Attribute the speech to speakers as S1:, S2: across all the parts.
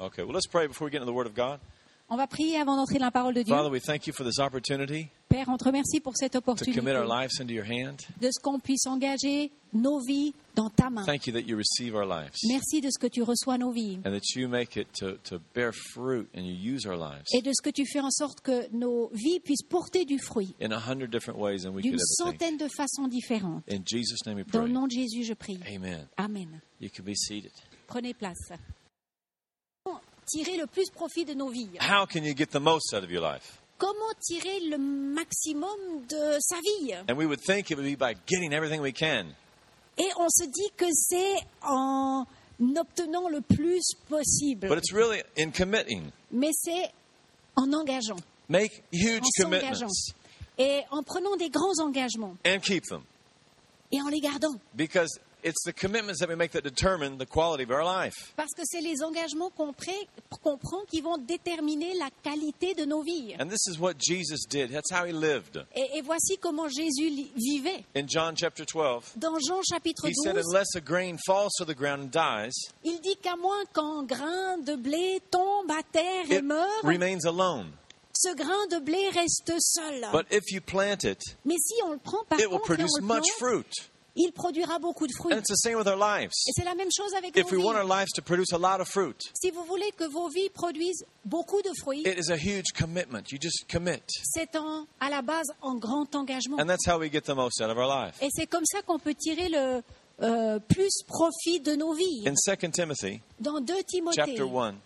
S1: Okay, well, let's pray before we get into the Word of God.
S2: On va prier avant d'entrer dans la parole de Dieu.
S1: Father, we thank you for this opportunity
S2: Père, on te remercie pour cette
S1: to
S2: opportunité
S1: commit our lives into your hand.
S2: de ce qu'on puisse engager nos vies dans ta main.
S1: Thank you that you receive our lives
S2: Merci de ce que tu reçois nos vies
S1: and that you make it to, to bear fruit and you use our lives
S2: et de ce que tu fais en sorte que nos vies puissent porter du fruit
S1: in a hundred different ways than we could
S2: d'une
S1: ever think.
S2: centaine de façons différentes.
S1: In Jesus' name we
S2: Dans le
S1: pray.
S2: nom de Jésus, je prie.
S1: Amen.
S2: Amen.
S1: You can be seated.
S2: Prenez place. Comment tirer le plus profit de nos vies
S1: How can you get the most out of your life?
S2: Comment tirer le maximum de sa vie
S1: And we would think it would be by getting everything we can.
S2: Et on se dit que c'est en obtenant le plus
S1: But
S2: possible,
S1: it's really in committing.
S2: mais c'est en engageant,
S1: Make huge
S2: en s'engageant
S1: commitments
S2: et en prenant des grands engagements
S1: and keep them
S2: et en les gardant.
S1: because it's the commitments that we make that determine the quality of our life.
S2: Parce que c'est les engagements qu'on pré- qu'on prend qui vont déterminer la qualité de nos vies.
S1: And this is what Jesus did. That's how he lived.
S2: Et, et voici comment Jésus li- vivait.
S1: In John chapter 12,
S2: Dans Jean chapitre
S1: he said,
S2: 12,
S1: Unless a grain falls to the ground and dies,
S2: il dit qu'à moins qu'un grain de blé tombe à terre et
S1: it
S2: meurt,
S1: remains alone.
S2: ce grain de blé reste seul.
S1: But if you plant it,
S2: Mais si on le prend par
S1: it will
S2: contre, et on
S1: produce
S2: le
S1: much
S2: plante,
S1: fruit.
S2: il produira beaucoup de fruits.
S1: And it's the same with our lives.
S2: Et c'est la même chose avec
S1: If we
S2: nos
S1: want our
S2: vies.
S1: lives to produce a lot of fruit,
S2: Si vous voulez que vos vies produisent beaucoup de fruits,
S1: it is a huge commitment. You just commit.
S2: c'est en- à la base en grand engagement.
S1: And that's how we get the most out of our life.
S2: Et c'est comme ça qu'on peut tirer le euh, plus profit de nos vies.
S1: In 2 Timothy Oh.
S2: Dans 2 Timothée,
S1: chapter 1,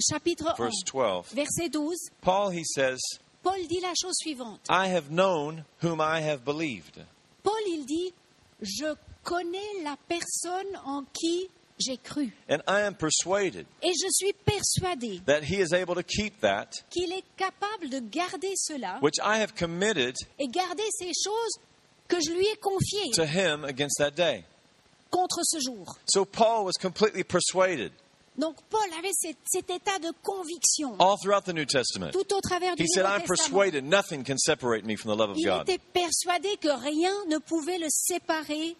S2: chapitre 1,
S1: verse 12,
S2: verset 12,
S1: Paul he says,
S2: Paul dit la chose suivante.
S1: I have known whom I have believed.
S2: Paul, il dit, je connais la personne en qui j'ai cru.
S1: And I am persuaded
S2: Et je suis persuadé
S1: that he is able to keep that
S2: qu'il est capable de garder cela
S1: which I have committed
S2: et garder ces choses que je lui ai confiées
S1: to him against that day.
S2: contre ce jour.
S1: So Paul was completely persuaded
S2: Donc Paul avait cet, cet état de conviction
S1: all throughout the New Testament.
S2: tout au travers du
S1: Oh, He said,
S2: Nouveau
S1: I'm
S2: Testament.
S1: persuaded nothing can separate me from the love of
S2: Il
S1: God.
S2: était persuadé que rien ne pouvait le séparer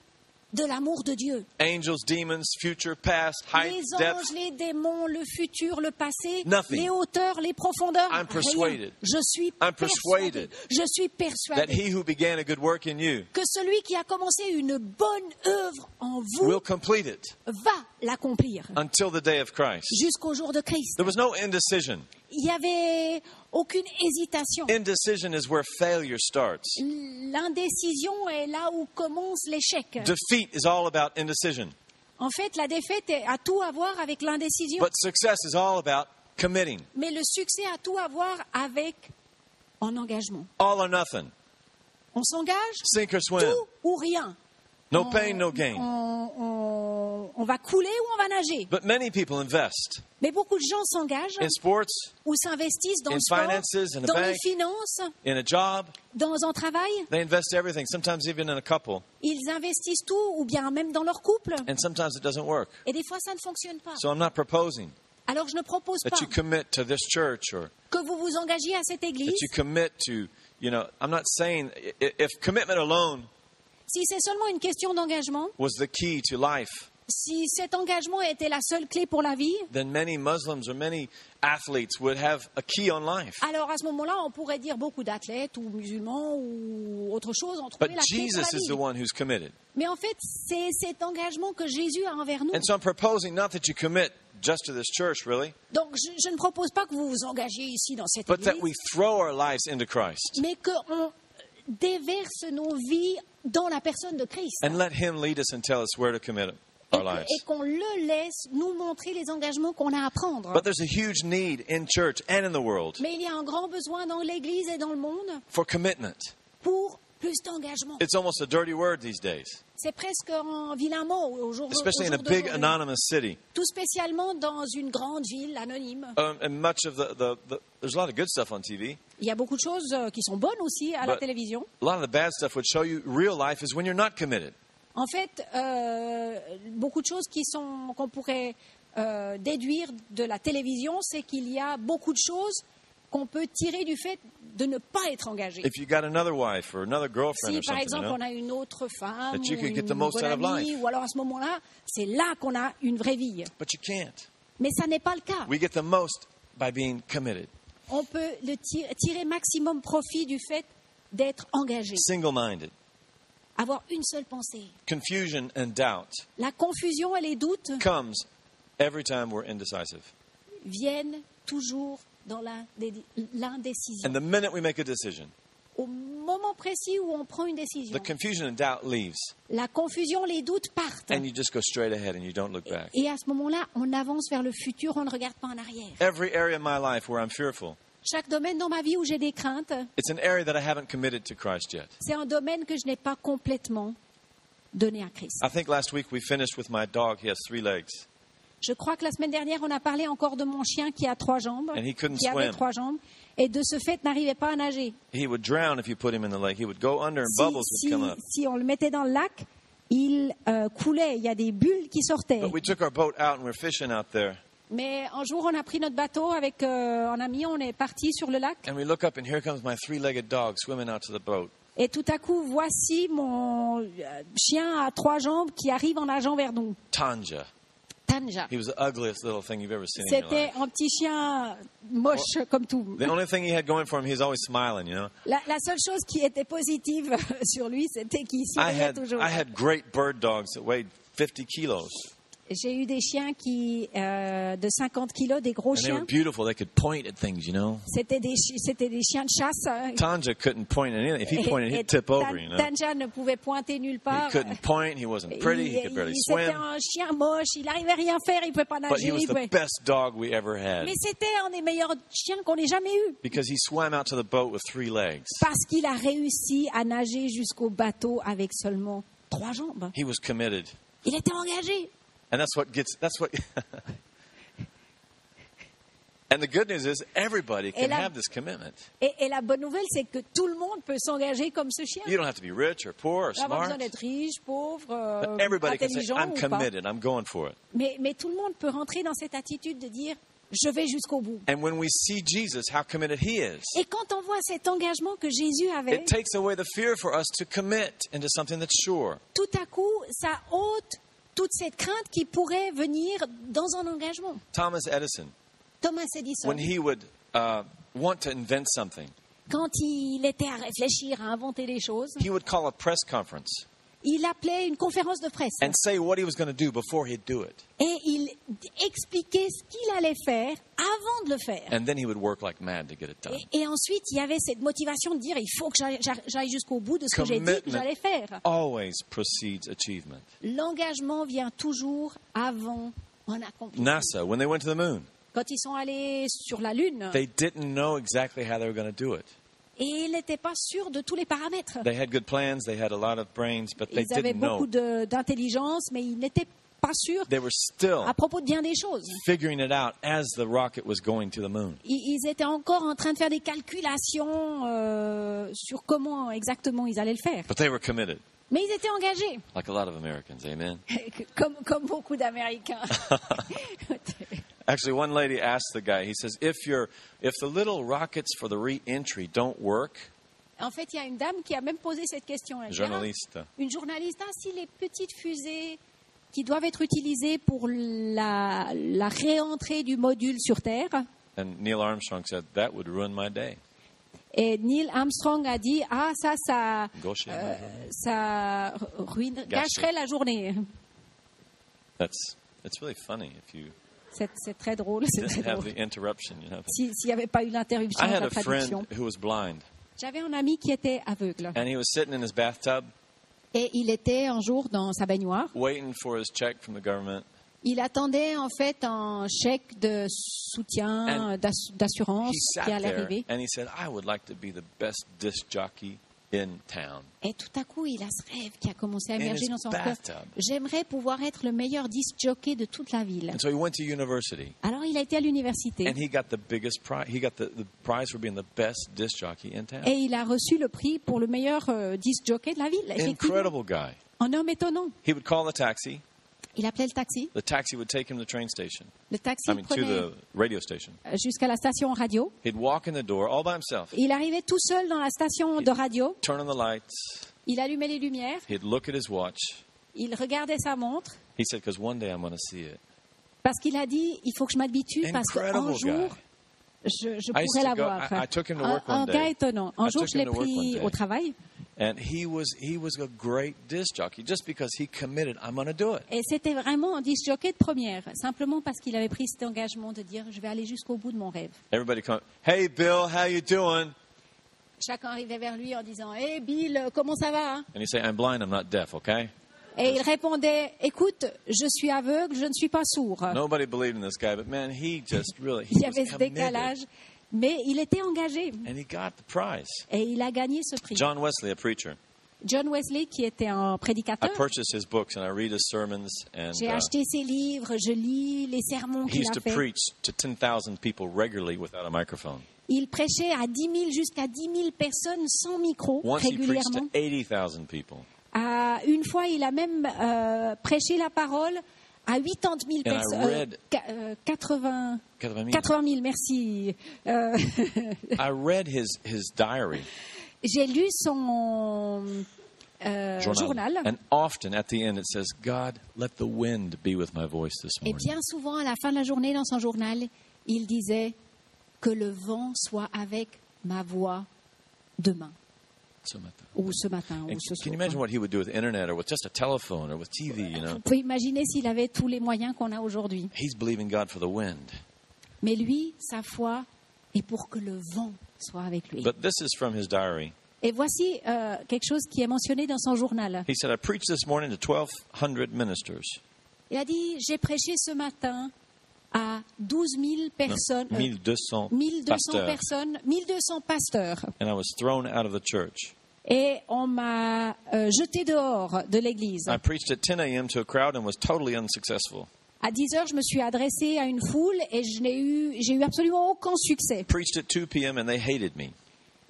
S2: de l'amour de Dieu.
S1: Angels, demons, future, past, height,
S2: les
S1: depth.
S2: anges, les démons, le futur, le passé,
S1: Nothing.
S2: les hauteurs, les profondeurs.
S1: I'm
S2: rien.
S1: persuaded.
S2: Je suis
S1: I'm
S2: persuadé.
S1: persuaded.
S2: Je suis
S1: That
S2: persuadé
S1: he who began a good work in you
S2: que celui qui a commencé une bonne œuvre en vous
S1: will complete it
S2: va l'accomplir
S1: until the day of Christ.
S2: jusqu'au jour de Christ.
S1: There was no indecision.
S2: Il n'y avait aucune hésitation.
S1: Indecision is where failure starts.
S2: L'indécision est là où commence l'échec.
S1: Defeat is all about indecision,
S2: En fait, la défaite est- a tout à voir avec l'indécision,
S1: but success is all about committing.
S2: mais le succès a tout à voir avec en engagement.
S1: All or nothing.
S2: On s'engage
S1: Sink or swim.
S2: tout ou rien.
S1: No
S2: On-
S1: pain, no gain.
S2: On, on- on va couler ou on va nager.
S1: But many people invest
S2: Mais beaucoup de gens s'engagent
S1: in sports,
S2: ou s'investissent dans
S1: in
S2: le sport,
S1: finances, in a
S2: dans les
S1: bank.
S2: finances,
S1: in a job.
S2: dans un travail.
S1: They invest everything, sometimes even in a couple,
S2: Ils investissent tout ou bien même dans leur couple.
S1: and sometimes it doesn't work.
S2: Et des fois, ça ne fonctionne pas.
S1: So I'm not proposing
S2: Alors, je ne propose pas
S1: that you commit to this church or
S2: que vous vous engagiez à cette
S1: that
S2: église
S1: you commit to, you know, I'm not saying i- i- if commitment alone
S2: si c'est seulement une question d'engagement,
S1: was the key to life,
S2: si cet engagement était la seule clé pour la vie,
S1: then many Muslims or many athletes would have a key on life.
S2: alors à ce moment-là, on pourrait dire beaucoup d'athlètes ou musulmans ou autre chose ont
S1: But
S2: trouvé la clé pour
S1: Jesus is
S2: la
S1: the
S2: vie.
S1: one who's committed.
S2: Mais en fait, c'est cet engagement que Jésus a envers nous.
S1: And so I'm proposing not that you commit just to this church, really,
S2: Donc je, je ne propose pas que vous vous engagiez ici dans cette
S1: but that we
S2: église,
S1: throw our lives into Christ
S2: mais qu'on déverse nos vies dans la personne de Christ
S1: and let Him lead us and tell us where to commit
S2: et
S1: our
S2: que-
S1: lives.
S2: et qu'on le laisse nous montrer les engagements qu'on a à prendre.
S1: But there's a huge need in church and in the world
S2: Mais il y a un grand besoin dans l'Église et dans le monde
S1: for commitment.
S2: pour plus d'engagement.
S1: It's almost a dirty word these days,
S2: C'est presque un vilain mot aujourd'hui.
S1: especially in a big anonymous city.
S2: Tout spécialement dans une grande ville anonyme.
S1: Um, and much of the, the, the, there's a lot of good stuff on TV.
S2: Il y a beaucoup de choses euh, qui sont bonnes aussi à la
S1: But-
S2: télévision.
S1: A lot of the bad stuff would show you real life is when you're not committed.
S2: En fait, euh, beaucoup de choses qui sont qu'on pourrait euh, déduire de la télévision, c'est qu'il y a beaucoup de choses qu'on peut tirer du fait de ne pas être engagé.
S1: If you got another wife or another girlfriend
S2: Si
S1: or something,
S2: par
S1: you
S2: exemple
S1: know,
S2: on a une autre femme,
S1: That
S2: ou
S1: you could get
S2: une
S1: the most
S2: bonne
S1: out of
S2: amie,
S1: life.
S2: ou alors à ce moment-là, c'est là qu'on a une vraie vie.
S1: but you can't.
S2: Mais ça n'est pas le cas.
S1: We get the most by being committed,
S2: On peut le tir- tirer maximum profit du fait d'être engagé,
S1: single minded.
S2: avoir une seule pensée.
S1: Confusion and doubt
S2: La confusion et les doutes
S1: comes every time we're indecisive.
S2: viennent toujours dans l'indé- l'indécision.
S1: And the minute we make a decision,
S2: Au moment précis où on prend une décision,
S1: the confusion and doubt leaves,
S2: la confusion, les doutes partent.
S1: and you just go straight ahead and you don't look back.
S2: Et à ce moment-là, on avance vers le futur, on ne regarde pas en arrière.
S1: Every area of my life where I'm fearful,
S2: Chaque domaine dans ma vie où j'ai des craintes,
S1: it's an area that I haven't committed to Christ yet.
S2: c'est un domaine que je n'ai pas complètement donné à Christ.
S1: I think last week we finished with my dog. He has three legs.
S2: Je crois que la semaine dernière, on a parlé encore de mon chien qui a trois jambes,
S1: And he couldn't
S2: qui avait
S1: swim.
S2: trois jambes, et de ce fait n'arrivait pas à nager.
S1: He would drown if you put him in the lake. He would go under and
S2: Si,
S1: bubbles would
S2: si-
S1: come up.
S2: si on le mettait dans le lac, il euh, coulait, il y a des bulles qui sortaient.
S1: But we took our boat out and we're fishing out there.
S2: Mais un jour, on a pris notre bateau avec euh, un ami, on est parti sur le lac,
S1: And we look up and here comes my three legged dog swimming out to the boat.
S2: et tout à coup, voici mon euh, chien à trois jambes qui arrive en nageant vers nous.
S1: Tanja.
S2: Tanja.
S1: He was the ugliest little thing you've ever seen in your
S2: C'était
S1: life.
S2: un petit chien moche comme tout.
S1: The only thing he had going for him, he's always smiling, you know.
S2: La, la seule chose qui était positive sur lui, c'était qu'il
S1: I
S2: souriait
S1: had,
S2: toujours.
S1: I had great bird dogs that weighed 50 kilos.
S2: J'ai eu des chiens qui, euh, de 50 kilos, des gros
S1: And they were
S2: chiens.
S1: beautiful. They could point at things, you know.
S2: C'était des, chi- c'était des chiens de chasse. hein.
S1: Tanja couldn't point at anything. If
S2: Et-
S1: he pointed,
S2: et
S1: he'd tip over,
S2: Tan-
S1: you know.
S2: Tanja ne pouvait pointer nulle
S1: He
S2: part.
S1: couldn't point. He wasn't pretty. He
S2: Il-
S1: could barely
S2: il- c'était
S1: swim.
S2: un chien moche, il n'arrivait rien faire, il ne pouvait pas
S1: But he
S2: nager.
S1: was
S2: il
S1: the
S2: pouvait-
S1: best dog we ever had
S2: Mais c'était un des meilleurs chiens qu'on ait jamais eu.
S1: because he swam out to the boat with three legs.
S2: Parce qu'il a réussi à nager jusqu'au bateau avec seulement trois jambes.
S1: He was committed.
S2: Il était engagé.
S1: And that's what gets that's what And the good news is everybody can
S2: la-
S1: have this commitment.
S2: Et, et la bonne nouvelle, c'est que tout le monde peut s'engager comme ce chien.
S1: You don't have to be rich or poor or
S2: On n'a pas
S1: smart.
S2: besoin d'être riche, pauvre, euh,
S1: But everybody can say,
S2: intelligent
S1: I'm
S2: ou pas.
S1: committed, I'm going for it.
S2: Mais, mais tout le monde peut rentrer dans cette attitude de dire je vais jusqu'au bout.
S1: And when we see Jesus, how committed he is,
S2: Et quand on voit cet engagement que Jésus avait,
S1: it takes away the fear for us to commit into something that's sure.
S2: tout à coup, ça ôte toute cette crainte qui pourrait venir dans un engagement.
S1: Thomas Edison,
S2: Thomas Edison,
S1: when he would uh, want to invent something,
S2: quand il était à réfléchir, à inventer des choses,
S1: he would call a press conference
S2: il appelait une conférence de presse
S1: and say what he was going to do before he'd do it.
S2: et il expliquait ce qu'il allait faire avant de le faire.
S1: And then he would work like mad to get it done.
S2: Et, et ensuite, il y avait cette motivation de dire il faut que j'aille- j'aille j'aille jusqu'au bout de ce que j'ai dit que
S1: Commitment
S2: j'allais faire.
S1: always precedes achievement.
S2: L'engagement vient toujours avant un accomplissement.
S1: NASA, when they went to the moon,
S2: Quand ils sont allés sur la Lune,
S1: they didn't know exactly how they were going to do it.
S2: et ils n'étaient pas sûrs de tous les paramètres.
S1: They had good plans, they had a lot of brains, but they
S2: Ils avaient
S1: didn't know.
S2: beaucoup de- d'intelligence, mais ils n'étaient pas sûrs
S1: They were still
S2: à propos de bien des choses.
S1: figuring it out as the rocket was going to the moon.
S2: Ils ils étaient encore en train de faire des calculations euh, sur comment exactement ils allaient le faire.
S1: But they were committed,
S2: Mais ils étaient engagés,
S1: like a lot of Americans, amen.
S2: comme, comme beaucoup d'Américains.
S1: Actually, one lady asked the guy, he says, if, your if the little rockets for the re-entry don't work,
S2: En fait, il y a une dame qui a même posé cette question. Elle dit, Ah,
S1: journaliste,
S2: une journaliste, ah, si les petites fusées qui doivent être utilisées pour la, la réentrée du module sur Terre,
S1: and Neil Armstrong said, that would ruin my day.
S2: et Neil Armstrong a dit, ah, ça, ça,
S1: Gaucher,
S2: euh, ça ruine,
S1: Gâcher.
S2: gâcherait la journée.
S1: That's, it's really funny if you
S2: C'est c'est très drôle, c'est très
S1: didn't have
S2: drôle.
S1: the interruption, you know.
S2: Si- S'il n'y avait pas eu l'interruption
S1: I
S2: de
S1: had
S2: la
S1: a
S2: traduction.
S1: friend who was blind,
S2: J'avais un ami qui était aveugle
S1: and he was sitting in his bathtub
S2: et il était un jour dans sa baignoire.
S1: waiting for his check from the government.
S2: Il attendait en fait un chèque de soutien,
S1: And
S2: euh, d'ass- d'assurance
S1: He
S2: qui
S1: sat
S2: allait
S1: there
S2: arriver.
S1: and he said, I would like to be the best disc jockey in town.
S2: Et tout à coup, il a ce rêve qui a commencé à
S1: In
S2: émerger
S1: his
S2: dans son cœur.
S1: bathtub.
S2: J'aimerais pouvoir être le meilleur disc jockey de toute la ville.
S1: And so he went to university
S2: Alors, il a été à l'université
S1: and he got the biggest prize. He got the, the prize for being the best disc jockey in town.
S2: et il a reçu le prix pour le meilleur euh, disc jockey de la ville. effectivement.
S1: Incredible guy.
S2: Un homme étonnant.
S1: He would call the taxi.
S2: Il appelait le taxi.
S1: The taxi would take him to the train station.
S2: Le taxi
S1: I mean, to
S2: prenait
S1: the radio station.
S2: jusqu'à la station radio.
S1: He'd walk in the door all by himself,
S2: Il arrivait tout seul dans la station de radio.
S1: turn on the lights.
S2: Il allumait les lumières.
S1: He'd look at his watch.
S2: Il regardait sa montre
S1: He said, because one day I'm going to see it.
S2: Parce qu'il a dit, il faut que je m'habitue parce qu'un
S1: Incredible guy.
S2: jour, je, je
S1: I used
S2: pourrais
S1: to go-
S2: l'avoir.
S1: I- I took him to
S2: Un,
S1: work one
S2: un
S1: day.
S2: gars étonnant. Un
S1: I
S2: jour,
S1: took
S2: je l'ai
S1: him to work one
S2: pris
S1: day.
S2: au travail
S1: And he was he was a great disc jockey just because he committed. I'm going to do it.
S2: et c'était vraiment un disque jockey de première, simplement parce qu'il avait pris cet engagement de dire, je vais aller jusqu'au bout de mon rêve.
S1: Everybody come. Hey Bill, how you doing?
S2: Chacun arrivait vers lui en disant, hey Bill, comment ça va hein?
S1: And he say, I'm blind. I'm not deaf. Okay.
S2: Et il répondait, écoute, je suis aveugle, je ne suis pas sourd.
S1: Nobody believed in this guy, but man, he just really he
S2: il y avait
S1: was
S2: Uh. ce
S1: committed,
S2: décalage, mais il était engagé
S1: and he got the prize.
S2: et il a gagné ce prix.
S1: John Wesley, a preacher.
S2: John Wesley, qui était un
S1: I
S2: prédicateur,
S1: purchased his books and I read his sermons, and
S2: j'ai
S1: uh,
S2: acheté ses livres, je lis les sermons
S1: he
S2: qu'il
S1: used to
S2: a fait.
S1: preach to 10,000 people regularly without a microphone.
S2: Il prêchait à 10 000 jusqu'à 10 000 personnes sans micro
S1: Once he preached to
S2: régulièrement.
S1: 80,000 people.
S2: À- une fois, il a même euh, prêché la parole à 80 000
S1: And I
S2: personnes. euh,
S1: read-
S2: ca- euh, 80,
S1: 80,000.
S2: 80 000, merci. Euh,
S1: I read his his diary
S2: J'ai lu son euh,
S1: journal,
S2: journal.
S1: and often at the end it says, "God, let the wind be with my voice this
S2: Et
S1: morning."
S2: bien souvent, à la fin de la journée, dans son journal, il disait que le vent soit avec ma voix demain,
S1: So much.
S2: ou ce matin,
S1: And
S2: ou ce
S1: can
S2: soir.
S1: you imagine what he would do with the internet or with just a telephone or with TV? You know,
S2: On peut imaginer s'il avait tous les moyens qu'on a aujourd'hui.
S1: he's believing God for the wind.
S2: Mais lui, sa foi est pour que le vent soit avec lui.
S1: But this is from his diary.
S2: Et voici euh, quelque chose qui est mentionné dans son journal.
S1: He said, "I preached this morning to 1,200 ministers,
S2: Il a dit, j'ai prêché ce matin à 12 000
S1: No,
S2: personnes, euh,
S1: 1,200
S2: 1200
S1: pasteurs,
S2: personnes, 1200 pasteurs.
S1: and I was thrown out of the church.
S2: Et on m'a euh, jeté dehors de l'église.
S1: I preached at 10 a.m. to a crowd and was totally unsuccessful.
S2: À 10 heures, je me suis adressée à une foule et je n'ai eu, j'ai eu absolument aucun succès.
S1: Preached at 2 p.m. and they hated me.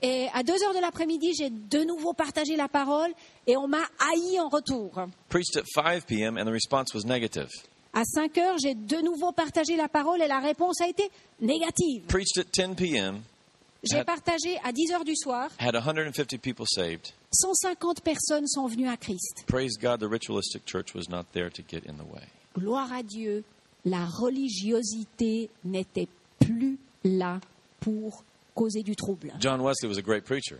S2: Et à 2 heures de l'après-midi, j'ai de nouveau partagé la parole et on m'a haï en retour.
S1: Preached at 5 p.m. and the response was negative.
S2: À 5 heures, j'ai de nouveau partagé la parole et la réponse a été négative.
S1: Preached at 10 p.m.
S2: J'ai partagé à 10 heures du soir,
S1: had 150 people saved.
S2: 150 personnes sont venues à Christ.
S1: Praise God, the ritualistic church was not there to get in the way.
S2: Gloire à Dieu, la religiosité n'était plus là pour causer du trouble.
S1: John Wesley was a great preacher,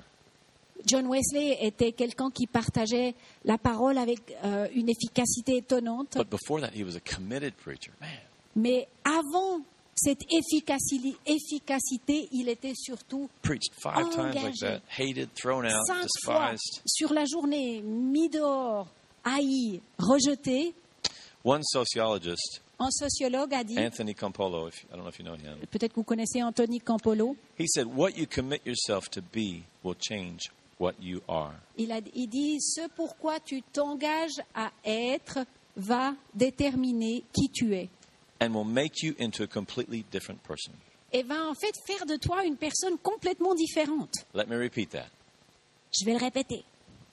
S2: John Wesley était quelqu'un qui partageait la parole avec euh, une efficacité étonnante,
S1: but before that, he was a committed preacher. Man,
S2: mais avant cette efficaci- efficacité, il était surtout
S1: preached five times like
S2: Engagé.
S1: that, hated, thrown out,
S2: cinq fois
S1: despised.
S2: sur la journée mis dehors, haï, rejeté.
S1: One sociologist,
S2: Un sociologue a dit,
S1: Anthony Campolo, if, I don't know if you know him,
S2: peut-être que vous connaissez Anthony Campolo,
S1: he said, What you commit yourself to be will change what you are.
S2: il, a- il dit, ce pourquoi tu t'engages à être va déterminer qui tu es
S1: and will make you into a completely different person.
S2: et va Eh ben, en fait faire de toi une personne complètement différente.
S1: Let me repeat that.
S2: Je vais le répéter.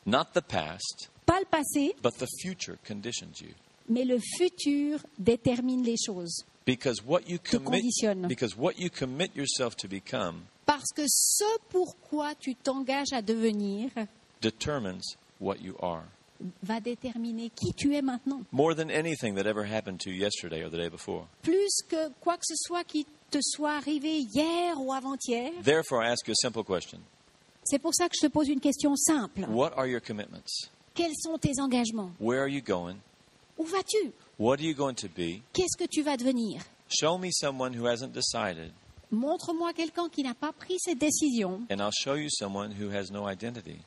S1: Not the past,
S2: Pas le passé,
S1: but the future conditions you.
S2: mais le futur détermine les choses.
S1: Because what you
S2: Te
S1: commit
S2: conditionne.
S1: because what you commit yourself to become
S2: Parce que ce pourquoi tu t'engages à devenir
S1: determines what you are.
S2: va déterminer qui tu es maintenant.
S1: More than anything that ever happened to you yesterday or the day before.
S2: Plus que quoi que ce soit qui te soit arrivé hier ou avant-hier.
S1: Therefore I ask you a simple question.
S2: C'est pour ça que je te pose une question simple.
S1: What are your commitments?
S2: Quels sont tes engagements
S1: Where are you going?
S2: Où vas-tu
S1: What are you going to be?
S2: Qu'est-ce que tu vas devenir
S1: Show me someone who hasn't decided,
S2: Montre-moi quelqu'un qui n'a pas pris cette décision
S1: and I'll show you someone who has no identity,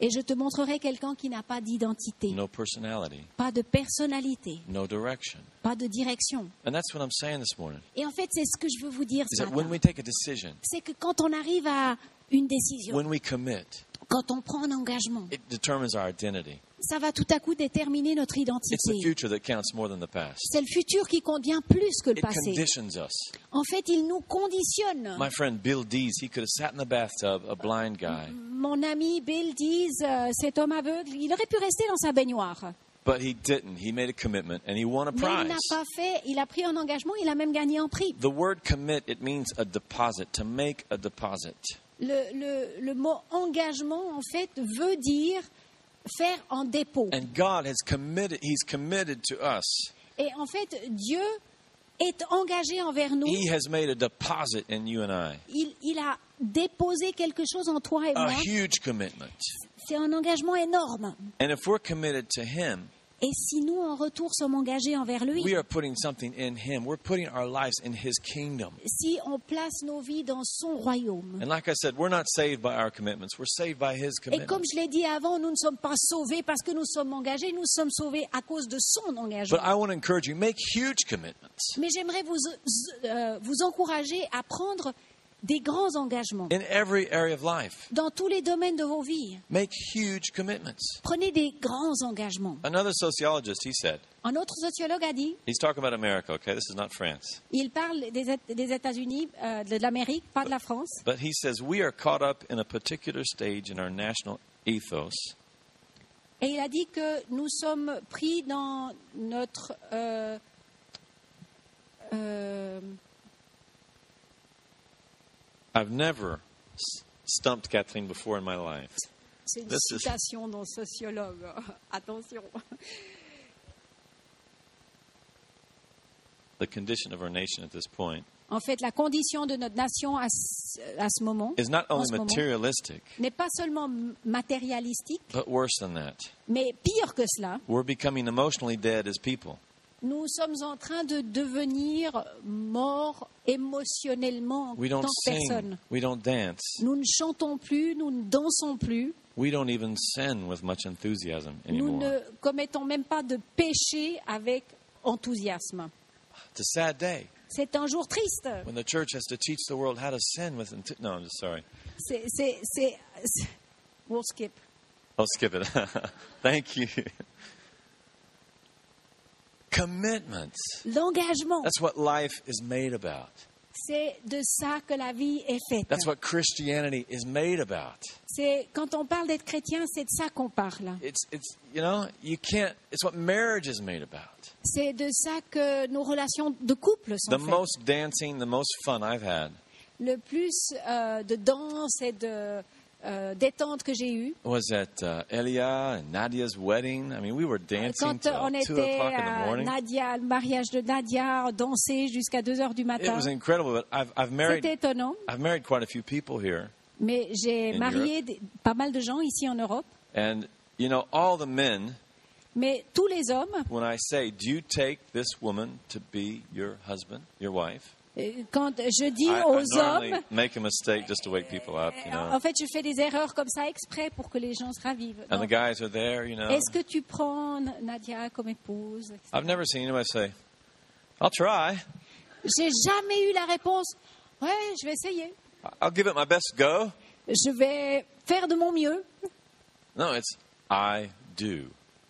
S2: et je te montrerai quelqu'un qui n'a pas d'identité,
S1: no personality,
S2: pas de personnalité,
S1: no direction.
S2: pas de direction.
S1: And that's what I'm saying this morning.
S2: Et en fait, c'est ce que je veux vous dire
S1: is
S2: ce
S1: that when
S2: matin.
S1: we take a decision,
S2: C'est que quand on arrive à une décision,
S1: when we commit,
S2: quand on prend un engagement,
S1: it determines our identity.
S2: ça va tout à coup déterminer notre
S1: It's the
S2: identité.
S1: future that counts more than the past.
S2: C'est le futur qui convient plus que le
S1: It
S2: passé.
S1: conditions us.
S2: En fait, il nous conditionne.
S1: My friend Bill Dees, he could have sat in the bathtub, a blind guy,
S2: Mon ami Bill Dees, euh, cet homme aveugle, il aurait pu rester dans sa baignoire.
S1: but he didn't. He made a commitment and he won a
S2: Mais il n'a
S1: prize.
S2: pas fait, il a pris un engagement, il a même gagné un prix.
S1: The word commit, it means a deposit, to make a deposit.
S2: Le, le- le mot engagement, en fait, veut dire faire en dépôt.
S1: And God has committed, He's committed to us
S2: Et en fait, Dieu est engagé envers nous.
S1: He has made a deposit in you and I,
S2: Il, il a déposé quelque chose en toi et
S1: a
S2: moi.
S1: huge commitment.
S2: C'est un engagement énorme.
S1: And if we're committed to Him,
S2: Et si nous, en retour, sommes engagés envers lui,
S1: we are putting something in Him. We're putting our lives in His kingdom.
S2: si on place nos vies dans son royaume,
S1: And like I said, we're not saved by our commitments, we're saved by His
S2: et comme
S1: commitments.
S2: je l'ai dit avant, nous ne sommes pas sauvés parce que nous sommes engagés, nous sommes sauvés à cause de son engagement.
S1: But I want to encourage you make huge commitments
S2: Mais j'aimerais vous, euh, vous encourager à prendre des grands engagements
S1: in every area of life.
S2: dans tous les domaines de vos vies.
S1: Make huge commitments.
S2: Prenez des grands engagements.
S1: Another sociologist, he said,
S2: Un autre sociologue a dit,
S1: he's talking about America, okay? This is not France.
S2: il parle des, Éta- des États-Unis, euh, de l'Amérique, pas de la France.
S1: But he says, we are caught up in a particular stage in our national ethos
S2: Et il a dit que nous sommes pris dans notre. euh, euh,
S1: I've never s- stumped Kathleen before in my life.
S2: c'est une
S1: This is-
S2: citation d'un sociologue. Attention.
S1: The condition of our nation at this point
S2: En fait, la condition de notre nation à ce, à ce moment
S1: is not
S2: en
S1: only
S2: ce moment,
S1: materialistic,
S2: n'est pas seulement m- matérialistique,
S1: but worse than that.
S2: mais pire que cela.
S1: We're becoming emotionally dead as people.
S2: Nous sommes en train de devenir morts émotionnellement en
S1: We
S2: tant
S1: don't
S2: que
S1: sing,
S2: personne.
S1: we don't dance,
S2: Nous ne chantons plus, nous ne dansons plus,
S1: we don't even sin with much enthusiasm
S2: nous
S1: anymore.
S2: ne commettons même pas de péché avec enthousiasme.
S1: It's a sad day
S2: C'est un jour triste.
S1: when the church has to teach the world how to sin with enthu- No, I'm just sorry.
S2: C'est, c'est, c'est- c'est- We'll skip.
S1: I'll skip it. Thank you. Commitments.
S2: L'engagement,
S1: That's what life is made about.
S2: c'est de ça que la vie est faite.
S1: That's what Christianity is made about.
S2: C'est, quand on parle d'être chrétien, c'est de ça qu'on parle.
S1: It's it's you know, you can't it's what marriage is made about.
S2: C'est de ça que nos relations de couple sont
S1: The
S2: faites.
S1: most dancing, the most fun I've had
S2: Le plus euh, de danse et de euh, détente que j'ai eu,
S1: was at uh, Elia and Nadia's wedding. I mean, we were dancing
S2: quand euh,
S1: till
S2: on
S1: uh, two
S2: était
S1: o'clock in the
S2: à
S1: morning.
S2: Nadia, le mariage de Nadia, danser jusqu'à 2 heures du
S1: It
S2: matin.
S1: was incredible. But I've I've
S2: C'était
S1: married
S2: étonnant,
S1: I've married quite a few people here,
S2: mais j'ai
S1: In
S2: marié des- pas mal de gens ici en Europe.
S1: and you know, all the men
S2: Mais tous les hommes,
S1: when I say, "Do you take this woman to be your husband, your wife?"
S2: euh, quand je dis
S1: I, I
S2: aux
S1: normally
S2: hommes, euh,
S1: make a mistake just to wake people up, you know.
S2: en fait, je fais des erreurs comme ça exprès pour que les gens se ravivent.
S1: And
S2: Non.
S1: the uh, guys are there, you know.
S2: Est-ce que tu prends Nadia comme épouse etc.
S1: I've never seen anybody say, I'll try.
S2: J'ai jamais eu la réponse. Ouais, je vais essayer.
S1: I'll give it my best go.
S2: Je vais faire de mon mieux.
S1: No, it's I do.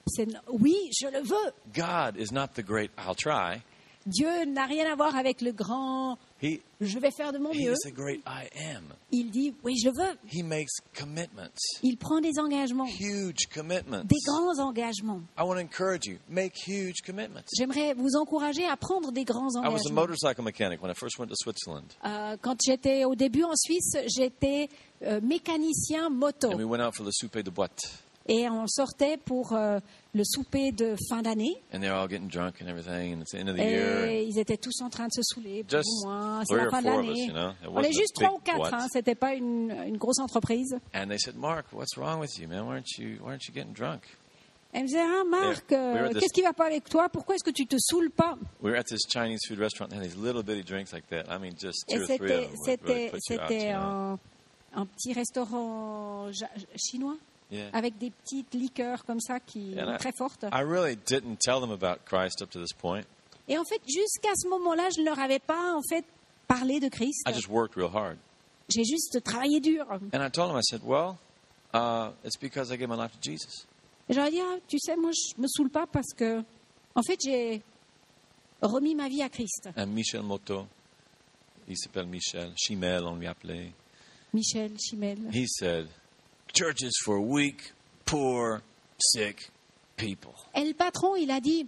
S2: C'est oui, je le veux.
S1: God is not the great I'll try.
S2: Dieu n'a rien à voir avec le grand.
S1: He,
S2: Je vais faire de mon
S1: he
S2: mieux.
S1: is the great I am.
S2: Il dit oui, je le veux.
S1: He makes commitments,
S2: Il prend des engagements,
S1: huge commitments.
S2: des grands engagements.
S1: I want to encourage you, make huge commitments.
S2: J'aimerais vous encourager à prendre des grands
S1: I was a
S2: engagements.
S1: motorcycle mechanic when I first went to Switzerland.
S2: Euh, quand j'étais au début en Suisse, j'étais euh, mécanicien moto
S1: And we went out for the souper de boîte.
S2: et on sortait pour euh, le souper de fin d'année.
S1: And they're all getting drunk and everything, and it's the end of the year. and
S2: Et ils étaient tous en train de se saouler, plus
S1: euh, Just
S2: ou moins. C'est
S1: three
S2: la
S1: or
S2: fin de
S1: four of us,
S2: l'année.
S1: you know. It
S2: On
S1: wasn't
S2: est juste
S1: a big
S2: trois ou quatre,
S1: what.
S2: hein, c'était pas une, une grosse entreprise.
S1: And they said, Mark, what's wrong with you, man? Why aren't you, why aren't you getting drunk?
S2: Elle me disait, ah Marc,
S1: Yeah, we
S2: euh,
S1: were this-
S2: qu'est-ce qui va pas avec toi Pourquoi est-ce que tu te saoules pas
S1: We were at this Chinese food restaurant and they had these little bitty drinks like that. I mean, just
S2: Et
S1: two or three of
S2: c'était
S1: them would really put you
S2: c'était
S1: out.
S2: c'était
S1: You know?
S2: un, un petit restaurant ja- chinois
S1: Yeah.
S2: avec des petites liqueurs comme ça qui
S1: And I-
S2: très fortes.
S1: I really didn't tell them about Christ up to this point.
S2: Et en fait, jusqu'à ce moment-là, je ne leur avais pas en fait parlé de Christ.
S1: I just worked real hard.
S2: J'ai juste travaillé dur.
S1: And I told them, I said, well, uh, it's because I gave my life to Jesus.
S2: Et J'aurais dit, Ah, tu sais, moi, je me saoule pas parce que, en fait, j'ai remis ma vie à Christ.
S1: And Michel Moto, il s'appelle Michel, Chimel, on lui appelait.
S2: Michel, Chimel.
S1: He said, church is for weak, poor, sick people.
S2: Et le patron, il a dit,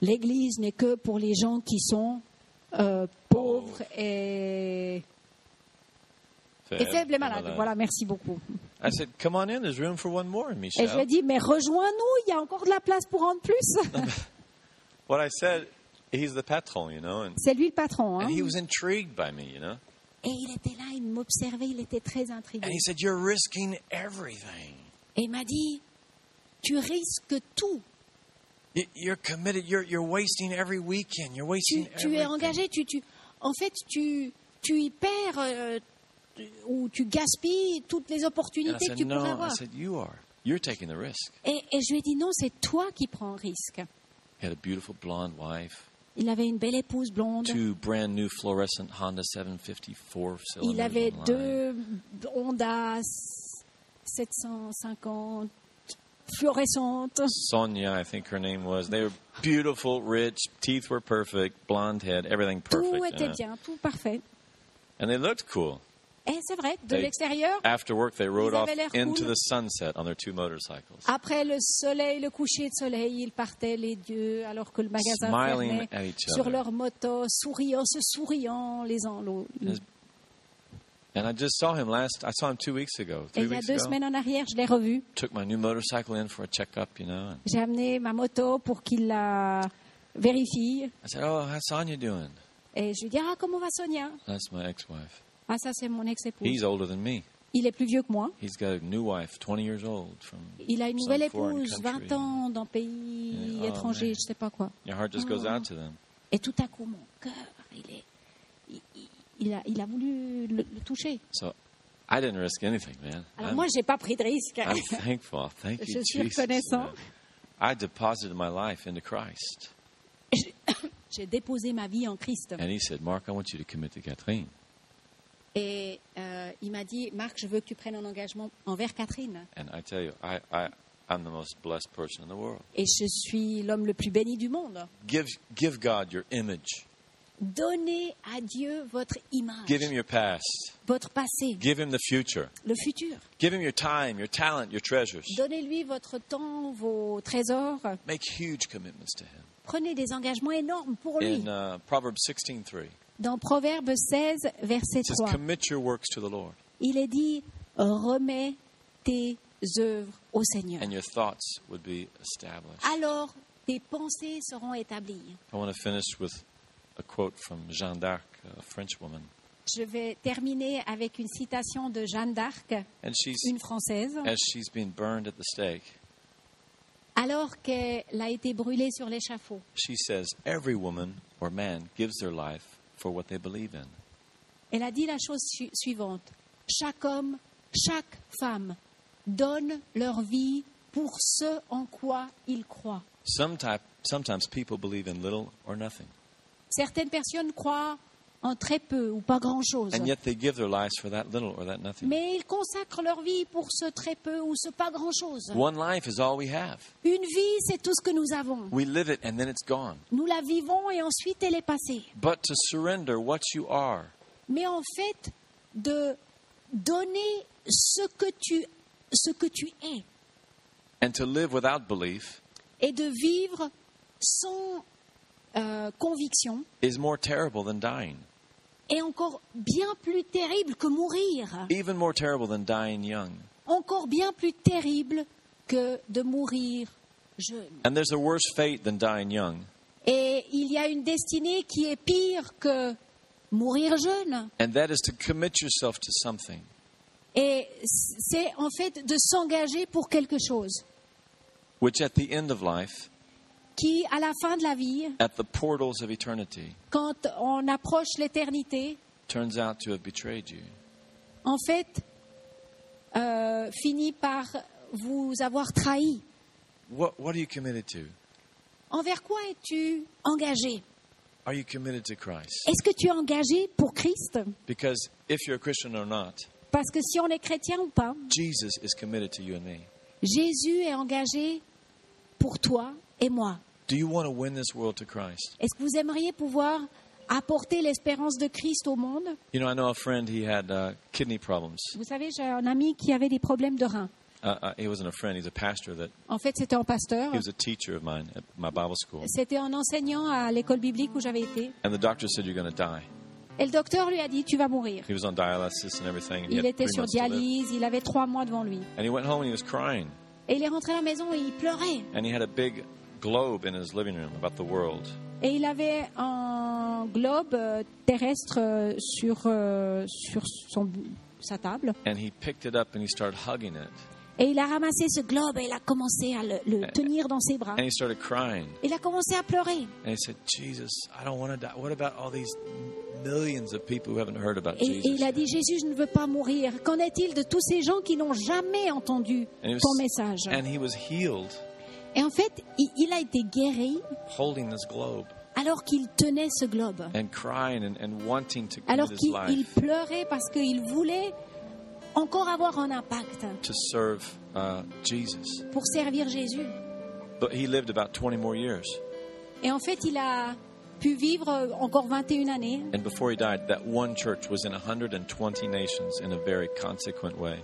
S2: l'église n'est que pour les gens qui sont euh, pauvres et, et
S1: Euh,
S2: faibles et malades. Voilà, merci beaucoup.
S1: I said, come on in, there's room for one more, Michel.
S2: Et je lui ai dit, mais rejoins-nous, il y a encore de la place pour en plus.
S1: What I said he's the patron, you know, and,
S2: C'est lui le patron. hein.
S1: and he was intrigued by me, you know.
S2: Et il était là, il m'observait, il était très intrigué.
S1: And he said, You're risking everything.
S2: Et il m'a dit, tu risques tout.
S1: Y- You're committed. You're, you're wasting every weekend. You're
S2: Tu,
S1: wasting
S2: tu es
S1: everything."
S2: engagé, tu, tu, en fait, tu, tu y perds euh, tu- ou tu gaspilles toutes
S1: And I
S2: les opportunités que
S1: said,
S2: tu
S1: No.
S2: pourrais
S1: I
S2: avoir.
S1: said, You are. You're taking the risk.
S2: Et, et je lui ai dit, non, c'est toi qui prends le risque.
S1: He had a beautiful blonde wife,
S2: Il avait une belle épouse blonde.
S1: two brand new fluorescent Honda 754 cylinders.
S2: Il avait
S1: online.
S2: deux Honda 750 fluorescentes.
S1: Sonia, I think her name was. They were beautiful, rich, teeth were perfect, blonde head, everything perfect.
S2: Tout était
S1: yeah.
S2: bien, tout parfait.
S1: And they looked cool.
S2: Et c'est vrai, de
S1: Hey.
S2: l'extérieur,
S1: After work, they rode
S2: Ils
S1: off
S2: avaient l'air
S1: into
S2: cool.
S1: the sunset on their two motorcycles,
S2: après le soleil, le coucher de soleil, ils partaient les deux alors que le magasin
S1: smiling
S2: fermait
S1: at each
S2: sur
S1: other.
S2: leur moto, souriant, se souriant les uns l'autre.
S1: Yes. And I just saw him last. I saw him two weeks ago, three
S2: Et il y a
S1: weeks
S2: deux
S1: ago.
S2: semaines en arrière, je l'ai revu.
S1: Took my new motorcycle in for a checkup, you know. And
S2: J'ai amené ma moto pour qu'il la vérifie.
S1: I said, "Oh, how's Sonia doing?"
S2: Et je lui dis, ah, comment va Sonia
S1: That's my ex-wife.
S2: Ah, ça, c'est mon ex-épouse.
S1: He's older than me.
S2: Il est plus vieux que moi.
S1: He's got a new wife, 20 years old. From
S2: Il a une
S1: some
S2: nouvelle
S1: foreign
S2: épouse,
S1: country.
S2: 20 ans, d'un pays
S1: Yeah. Oh,
S2: étranger,
S1: man.
S2: je sais pas quoi.
S1: Your heart just goes out to them.
S2: Et tout à coup, mon cœur, il est. il- il- Il a, il a voulu le, le toucher.
S1: So I didn't risk anything, man.
S2: Alors
S1: I'm-
S2: moi, j'ai pas pris de risque.
S1: I'm thankful. Thank
S2: Je
S1: you,
S2: suis
S1: Jesus.
S2: reconnaissant.
S1: man. I deposited my life into Christ.
S2: J'ai déposé ma vie en Christ.
S1: And he said, Mark, I want you to commit to Catherine.
S2: Et euh, il m'a dit, Marc, je veux que tu prennes un engagement envers Catherine.
S1: And I tell you, I, I, I'm the most blessed person in the world.
S2: Et je suis l'homme le plus béni du monde.
S1: Give, give God your image.
S2: Donnez à Dieu votre image,
S1: Give him your past.
S2: votre passé,
S1: Give him the future.
S2: le futur.
S1: Give him your time, your talent, your treasures.
S2: Donnez-lui votre temps, vos trésors.
S1: Make huge commitments to him.
S2: Prenez des engagements énormes pour lui.
S1: In uh, Proverbs 16.3, it
S2: Dans Proverbe 16, verset
S1: says,
S2: 3,
S1: commit your works to the Lord
S2: il est dit Remets tes œuvres au Seigneur.
S1: and your thoughts would be established.
S2: Alors tes pensées seront établies.
S1: I want to finish with a quote from Jeanne d'Arc, a French woman.
S2: Je vais terminer avec une citation de Jeanne d'Arc,
S1: And she's,
S2: une Française.
S1: as she's being burned at the stake,
S2: Alors qu'elle a été brûlée sur l'échafaud,
S1: she says, Every woman or man gives their life for what they believe in.
S2: elle a dit la chose su- suivante Chaque homme, chaque femme donne leur vie pour ce en quoi ils croient.
S1: Some type, sometimes people believe in little or nothing,
S2: Certaines personnes croient en très peu ou pas grand-chose.
S1: and yet they give their lives for that little or that nothing.
S2: Mais ils consacrent leur vie pour ce très peu ou ce pas grand-chose.
S1: One life is all we have.
S2: Une vie, c'est tout ce que nous avons.
S1: We live it and then it's gone.
S2: Nous la vivons et ensuite elle est passée.
S1: But to surrender what you are,
S2: Mais en fait, de donner ce que tu, ce que tu es
S1: and to live without belief,
S2: et de vivre sans euh, conviction
S1: is more terrible than dying,
S2: est encore bien plus terrible que mourir.
S1: even more terrible than dying young.
S2: Encore bien plus terrible que de mourir jeune.
S1: And there's a worse fate than dying young.
S2: Et il y a une destinée qui est pire que mourir jeune.
S1: And that is to commit yourself to something.
S2: Et c'est en fait de s'engager pour quelque chose
S1: which at the end of life,
S2: qui, à la fin de la vie,
S1: at the portals of eternity,
S2: quand on approche l'éternité,
S1: turns out to have betrayed you.
S2: en fait, euh, finit par vous avoir trahi.
S1: What, what are you committed to?
S2: Envers quoi es-tu engagé
S1: Are you committed to Christ?
S2: Est-ce que tu es engagé pour Christ
S1: Because if you're a Christian or not,
S2: Parce que si on est chrétien ou pas,
S1: Jesus is committed to you and me.
S2: Jésus est engagé pour toi et moi.
S1: Do you want to win this world to Christ?
S2: Est-ce que vous aimeriez pouvoir apporter l'espérance de Christ au monde
S1: You know, I know a friend, he had uh, kidney problems.
S2: Vous savez, j'ai un ami qui avait des problèmes de reins.
S1: Uh, uh, he wasn't a friend, he's a pastor that
S2: En fait, c'était un pasteur.
S1: he was a teacher of mine at my Bible school.
S2: C'était un enseignant à l'école biblique où j'avais été.
S1: And the doctor said, You're going to die.
S2: Et le docteur lui a dit, tu vas mourir.
S1: He was on dialysis and everything. And he
S2: Il
S1: had
S2: était
S1: three
S2: sur
S1: months to live.
S2: dialyse, il avait trois mois devant lui.
S1: And he went home and he was crying.
S2: Et il est rentré à la maison et il pleurait.
S1: And he had a big globe in his living room about the world.
S2: Et il avait un globe euh, terrestre euh, sur, euh, sur son, sa table.
S1: and he picked it up and he started hugging it
S2: Et il a ramassé ce globe et il a commencé à le,
S1: Euh,
S2: le tenir dans ses bras.
S1: and he started crying
S2: Il a commencé à pleurer.
S1: and he said jesus i don't want to die what about all these millions of people who haven't heard about
S2: Et, et
S1: jesus
S2: il a dit,
S1: yet?"
S2: Jésus, je ne veux pas mourir. Qu'en est-il de tous ces gens qui n'ont jamais entendu
S1: and, he was-
S2: ton message
S1: and he was healed
S2: Et en fait, il, il a été guéri
S1: holding this globe
S2: alors qu'il tenait ce globe.
S1: and crying and, and wanting to commit
S2: Alors
S1: his
S2: qu'il il
S1: Euh, life
S2: pleurait parce qu'il voulait encore avoir un impact
S1: to serve uh, jesus
S2: pour servir Jésus.
S1: but he lived about 20 more years
S2: Et en fait, il a pu vivre encore 21 années.
S1: and before he died that one church was in 120 nations in a very consequent way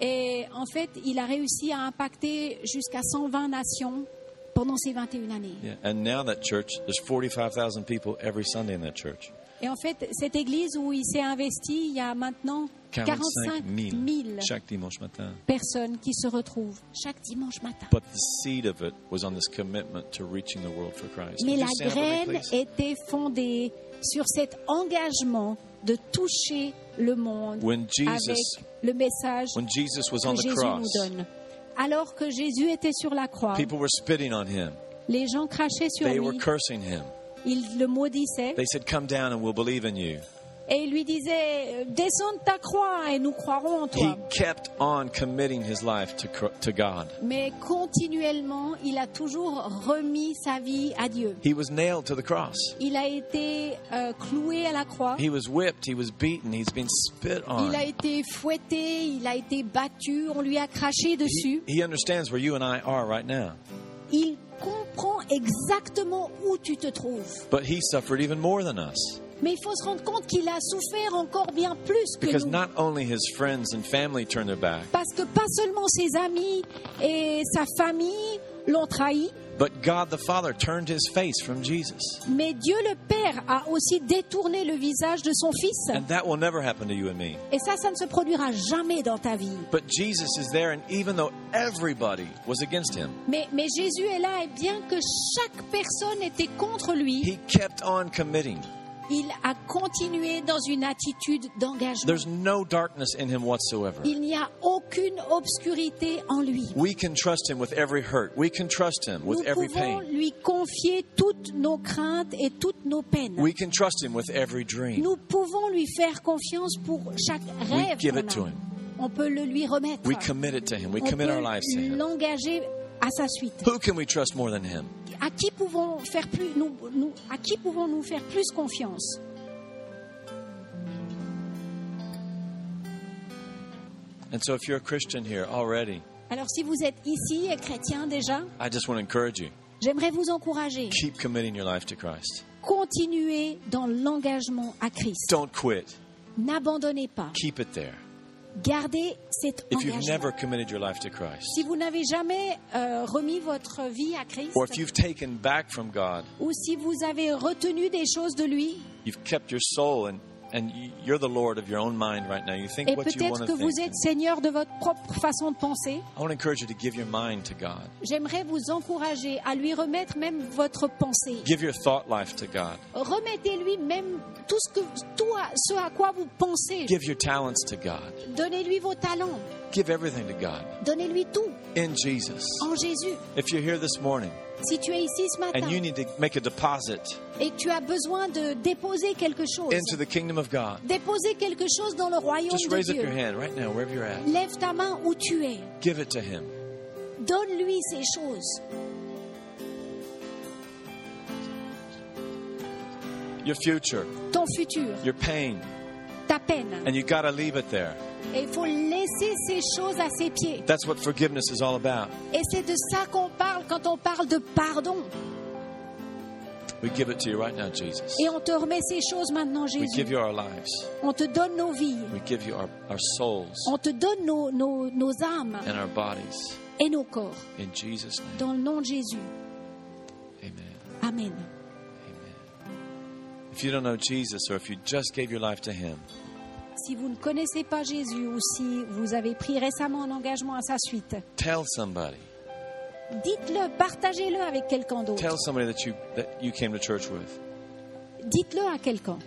S2: Et en fait, il a réussi à impacter jusqu'à 120 nations pendant ces 21 années.
S1: Yeah, and now that church, there's 45,000 people every Sunday in that church.
S2: Et en fait, cette église où il s'est investi, il y a maintenant 45 000
S1: chaque dimanche matin.
S2: personnes qui se retrouvent chaque dimanche matin.
S1: But the seed of it was on this commitment to reaching the world for Christ.
S2: Mais
S1: Would
S2: la
S1: you stand with me,
S2: graine
S1: please?
S2: était fondée sur cet engagement de toucher le monde
S1: When
S2: avec
S1: Jesus,
S2: le message
S1: when Jesus was on
S2: que
S1: the
S2: Jésus
S1: cross,
S2: nous donne. Alors que Jésus était sur la croix,
S1: people were spitting on him.
S2: les gens crachaient sur
S1: They were
S2: lui,
S1: cursing him.
S2: ils le maudissaient
S1: They said, "Come down and we'll believe in you."
S2: et ils lui disaient Descends de ta croix et nous croirons en
S1: He
S2: toi.
S1: kept on committing his life to cr- to God.
S2: Mais continuellement, il a toujours remis sa vie à Dieu.
S1: He was nailed to the cross.
S2: Il a été euh, cloué à la croix,
S1: He was whipped. He was beaten. He's been spit on.
S2: il a été fouetté, il a été battu, on lui a craché
S1: He,
S2: dessus.
S1: he understands where you and I are right now.
S2: Il comprend exactement où tu te trouves.
S1: But he suffered even more than us
S2: Mais il faut se rendre compte qu'il a souffert encore bien plus que
S1: because
S2: nous.
S1: not only his friends and family turned their back,
S2: Parce que pas seulement ses amis et sa famille l'ont trahi,
S1: but God the Father turned his face from Jesus.
S2: mais Dieu le Père a aussi détourné le visage de son Fils.
S1: And that will never happen to you and me.
S2: Et ça, ça ne se produira jamais dans ta vie.
S1: But Jesus is there, and even though everybody was against him,
S2: Mais, mais Jésus est là et bien que chaque personne était contre lui,
S1: he kept on committing.
S2: il a continué dans une attitude d'engagement.
S1: There's no darkness in him whatsoever.
S2: Il n'y a aucune obscurité en lui.
S1: We can trust him with every hurt, we can trust him
S2: Nous
S1: with every
S2: pouvons
S1: pain,
S2: lui confier toutes nos craintes et toutes nos peines.
S1: we can trust him with every dream.
S2: Nous pouvons lui faire confiance pour chaque rêve.
S1: give it
S2: qu'on
S1: to
S2: a.
S1: him.
S2: On peut le lui remettre.
S1: We commit it to him, we
S2: On
S1: commit our lives to
S2: peut
S1: him.
S2: l'engager à sa suite.
S1: Who can we trust more than him?
S2: À qui pouvons faire plus nous, nous- à qui pouvons-nous faire plus confiance
S1: And so, if you're a Christian here already,
S2: Alors si vous êtes ici et chrétien déjà,
S1: I just want to encourage you.
S2: j'aimerais vous encourager.
S1: Keep committing your life to Christ.
S2: Continuez dans l'engagement à Christ.
S1: Don't quit.
S2: N'abandonnez pas.
S1: Keep it there.
S2: Gardez cet
S1: If you've
S2: engagement.
S1: never committed your life to Christ,
S2: Si vous n'avez jamais euh, remis votre vie à Christ,
S1: or if you've taken back from God,
S2: ou si vous avez retenu des choses de lui,
S1: you've kept your soul and and y- you're the Lord of your own mind right now. You think
S2: et
S1: what you
S2: peut-être
S1: want
S2: que
S1: to
S2: vous
S1: think.
S2: êtes seigneur de votre propre façon de penser,
S1: I want to encourage you to give your mind to God.
S2: j'aimerais vous encourager à lui remettre même votre pensée.
S1: Give your thought life to God.
S2: Remettez-lui même tout ce, que, tout à, ce à quoi vous pensez.
S1: Give your talents to God.
S2: Donnez-lui vos talents.
S1: Give everything to God
S2: Donnez-lui tout
S1: in Jesus.
S2: en Jésus.
S1: If you're here this morning
S2: Si tu es ici ce matin
S1: and you need to make a deposit
S2: et que tu as besoin de déposer quelque chose,
S1: into the kingdom of God,
S2: déposer quelque chose dans le royaume
S1: just
S2: de
S1: raise up your
S2: Dieu,
S1: hand right now, wherever you're at.
S2: lève ta main où tu es.
S1: Give it to Him.
S2: Donne-lui ces choses.
S1: Your future,
S2: Ton futur,
S1: your pain,
S2: ta peine.
S1: and you got to leave it there.
S2: Et il faut laisser ces choses à ses pieds.
S1: That's what forgiveness is all about.
S2: Et c'est de ça qu'on parle quand on parle de pardon.
S1: We give it to you right now, Jesus.
S2: Et on te remet ces choses maintenant,
S1: We
S2: Jésus.
S1: give you our lives.
S2: On te donne nos vies.
S1: We give you our, our souls
S2: On te donne nos, nos- nos âmes
S1: and our bodies.
S2: et nos corps.
S1: In Jesus' name,
S2: Dans le nom de Jésus.
S1: amen.
S2: Amen.
S1: If you don't know Jesus or if you just gave your life to Him,
S2: Si vous ne connaissez pas Jésus ou si vous avez pris récemment un engagement à sa suite,
S1: tell somebody.
S2: Dites-le, partagez-le avec quelqu'un d'autre.
S1: Tell somebody that you that you came to church with.
S2: Dites-le à quelqu'un.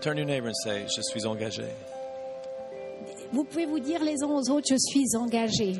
S1: Turn to your neighbor and say, "Je suis engagé."
S2: Vous pouvez vous dire les uns aux autres, je suis engagé.